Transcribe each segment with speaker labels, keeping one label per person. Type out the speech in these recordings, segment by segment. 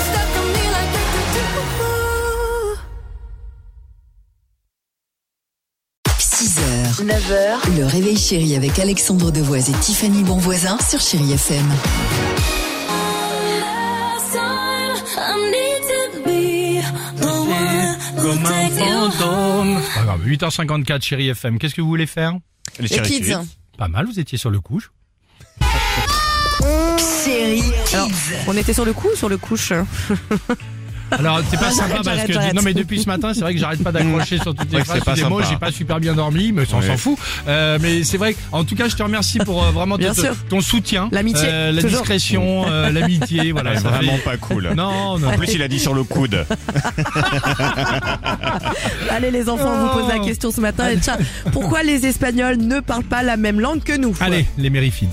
Speaker 1: stuck on me like we could do.
Speaker 2: 6h, 9h, le réveil chéri avec Alexandre Devoise et Tiffany Bonvoisin sur Chérie FM.
Speaker 1: Last time, I need to be the one who takes you home.
Speaker 3: Pas grave, 8h54, chérie FM. Qu'est-ce que vous voulez faire
Speaker 2: Les
Speaker 4: Les chéris
Speaker 2: kids.
Speaker 4: suivis.
Speaker 3: Pas mal, vous étiez sur le couche.
Speaker 2: Chérie Kids.
Speaker 5: On était sur le coup ou sur le couche
Speaker 3: Alors, c'est pas sympa
Speaker 5: Ah, j'arrête,
Speaker 3: parce que.
Speaker 5: j'arrête.
Speaker 3: Non, mais depuis ce matin, c'est vrai que j'arrête pas d'accrocher sur toutes les
Speaker 4: que
Speaker 3: phrases,
Speaker 4: c'est pas
Speaker 3: tous les mots.
Speaker 4: sympa.
Speaker 3: J'ai pas super bien dormi, mais ça, on
Speaker 4: Ouais.
Speaker 3: s'en fout. Euh, mais c'est vrai. que- En tout cas, je te remercie pour euh, vraiment
Speaker 5: Bien
Speaker 3: ton,
Speaker 5: sûr.
Speaker 3: ton soutien,
Speaker 5: L'amitié,
Speaker 3: euh, la
Speaker 5: toujours.
Speaker 3: discrétion, euh, l'amitié. Voilà,
Speaker 4: Elle est
Speaker 3: ça
Speaker 4: vraiment
Speaker 3: fait-
Speaker 4: pas cool.
Speaker 3: Non, non.
Speaker 4: En plus, il a dit sur le coude.
Speaker 5: Allez les enfants, on vous pose la
Speaker 3: Oh.
Speaker 5: question ce matin. Et tiens, pourquoi les Espagnols ne parlent pas la même langue que nous
Speaker 3: Allez, les Mary Fields.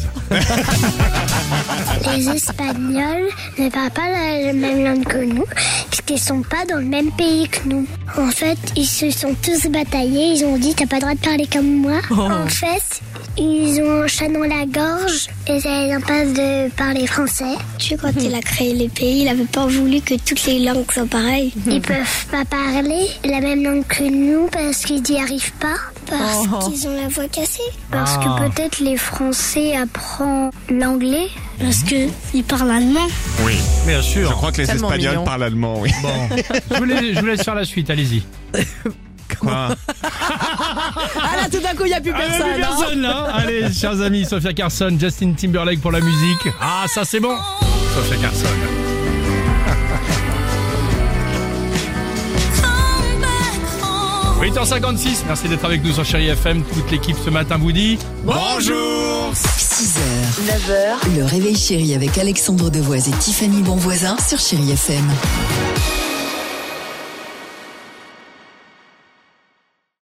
Speaker 6: Les Espagnols ne parlent pas la même langue que nous, puisqu'ils sont pas dans le même pays que nous. En fait, ils se sont tous bataillés, ils ont dit t'as pas le droit de parler comme moi. En fait, ils ont un chat dans la gorge et ça les empêche de parler français. Tu quand il a créé les pays, il avait pas voulu que toutes les langues soient pareilles. Ils peuvent pas parler la même langue que nous parce qu'ils n'y arrivent pas. Parce qu'ils ont la voix cassée. Parce que peut-être les Français apprennent l'anglais. Parce que ils parlent allemand.
Speaker 4: Oui.
Speaker 3: Bien
Speaker 4: Je
Speaker 3: sûr.
Speaker 4: crois que les
Speaker 5: Tellement
Speaker 4: Espagnols
Speaker 5: mignon.
Speaker 4: parlent allemand, oui.
Speaker 3: Bon, je vous, laisse, je vous laisse faire la suite. Allez-y.
Speaker 4: Quoi
Speaker 5: Ah là, tout d'un coup, il n'y a plus
Speaker 3: Ah,
Speaker 5: personne.
Speaker 3: plus
Speaker 5: hein.
Speaker 3: personne là. Allez, chers amis, Sophia Carson, Justin Timberlake pour la musique. Ah, ça c'est bon. Sophia Carson.
Speaker 1: Come back home.
Speaker 3: 8h56, merci d'être avec nous sur Chéri FM. Toute l'équipe ce matin vous dit.
Speaker 4: Bonjour
Speaker 2: 6h, 9h, le réveil chéri avec Alexandre Devoise et Tiffany Bonvoisin sur Chérie FM.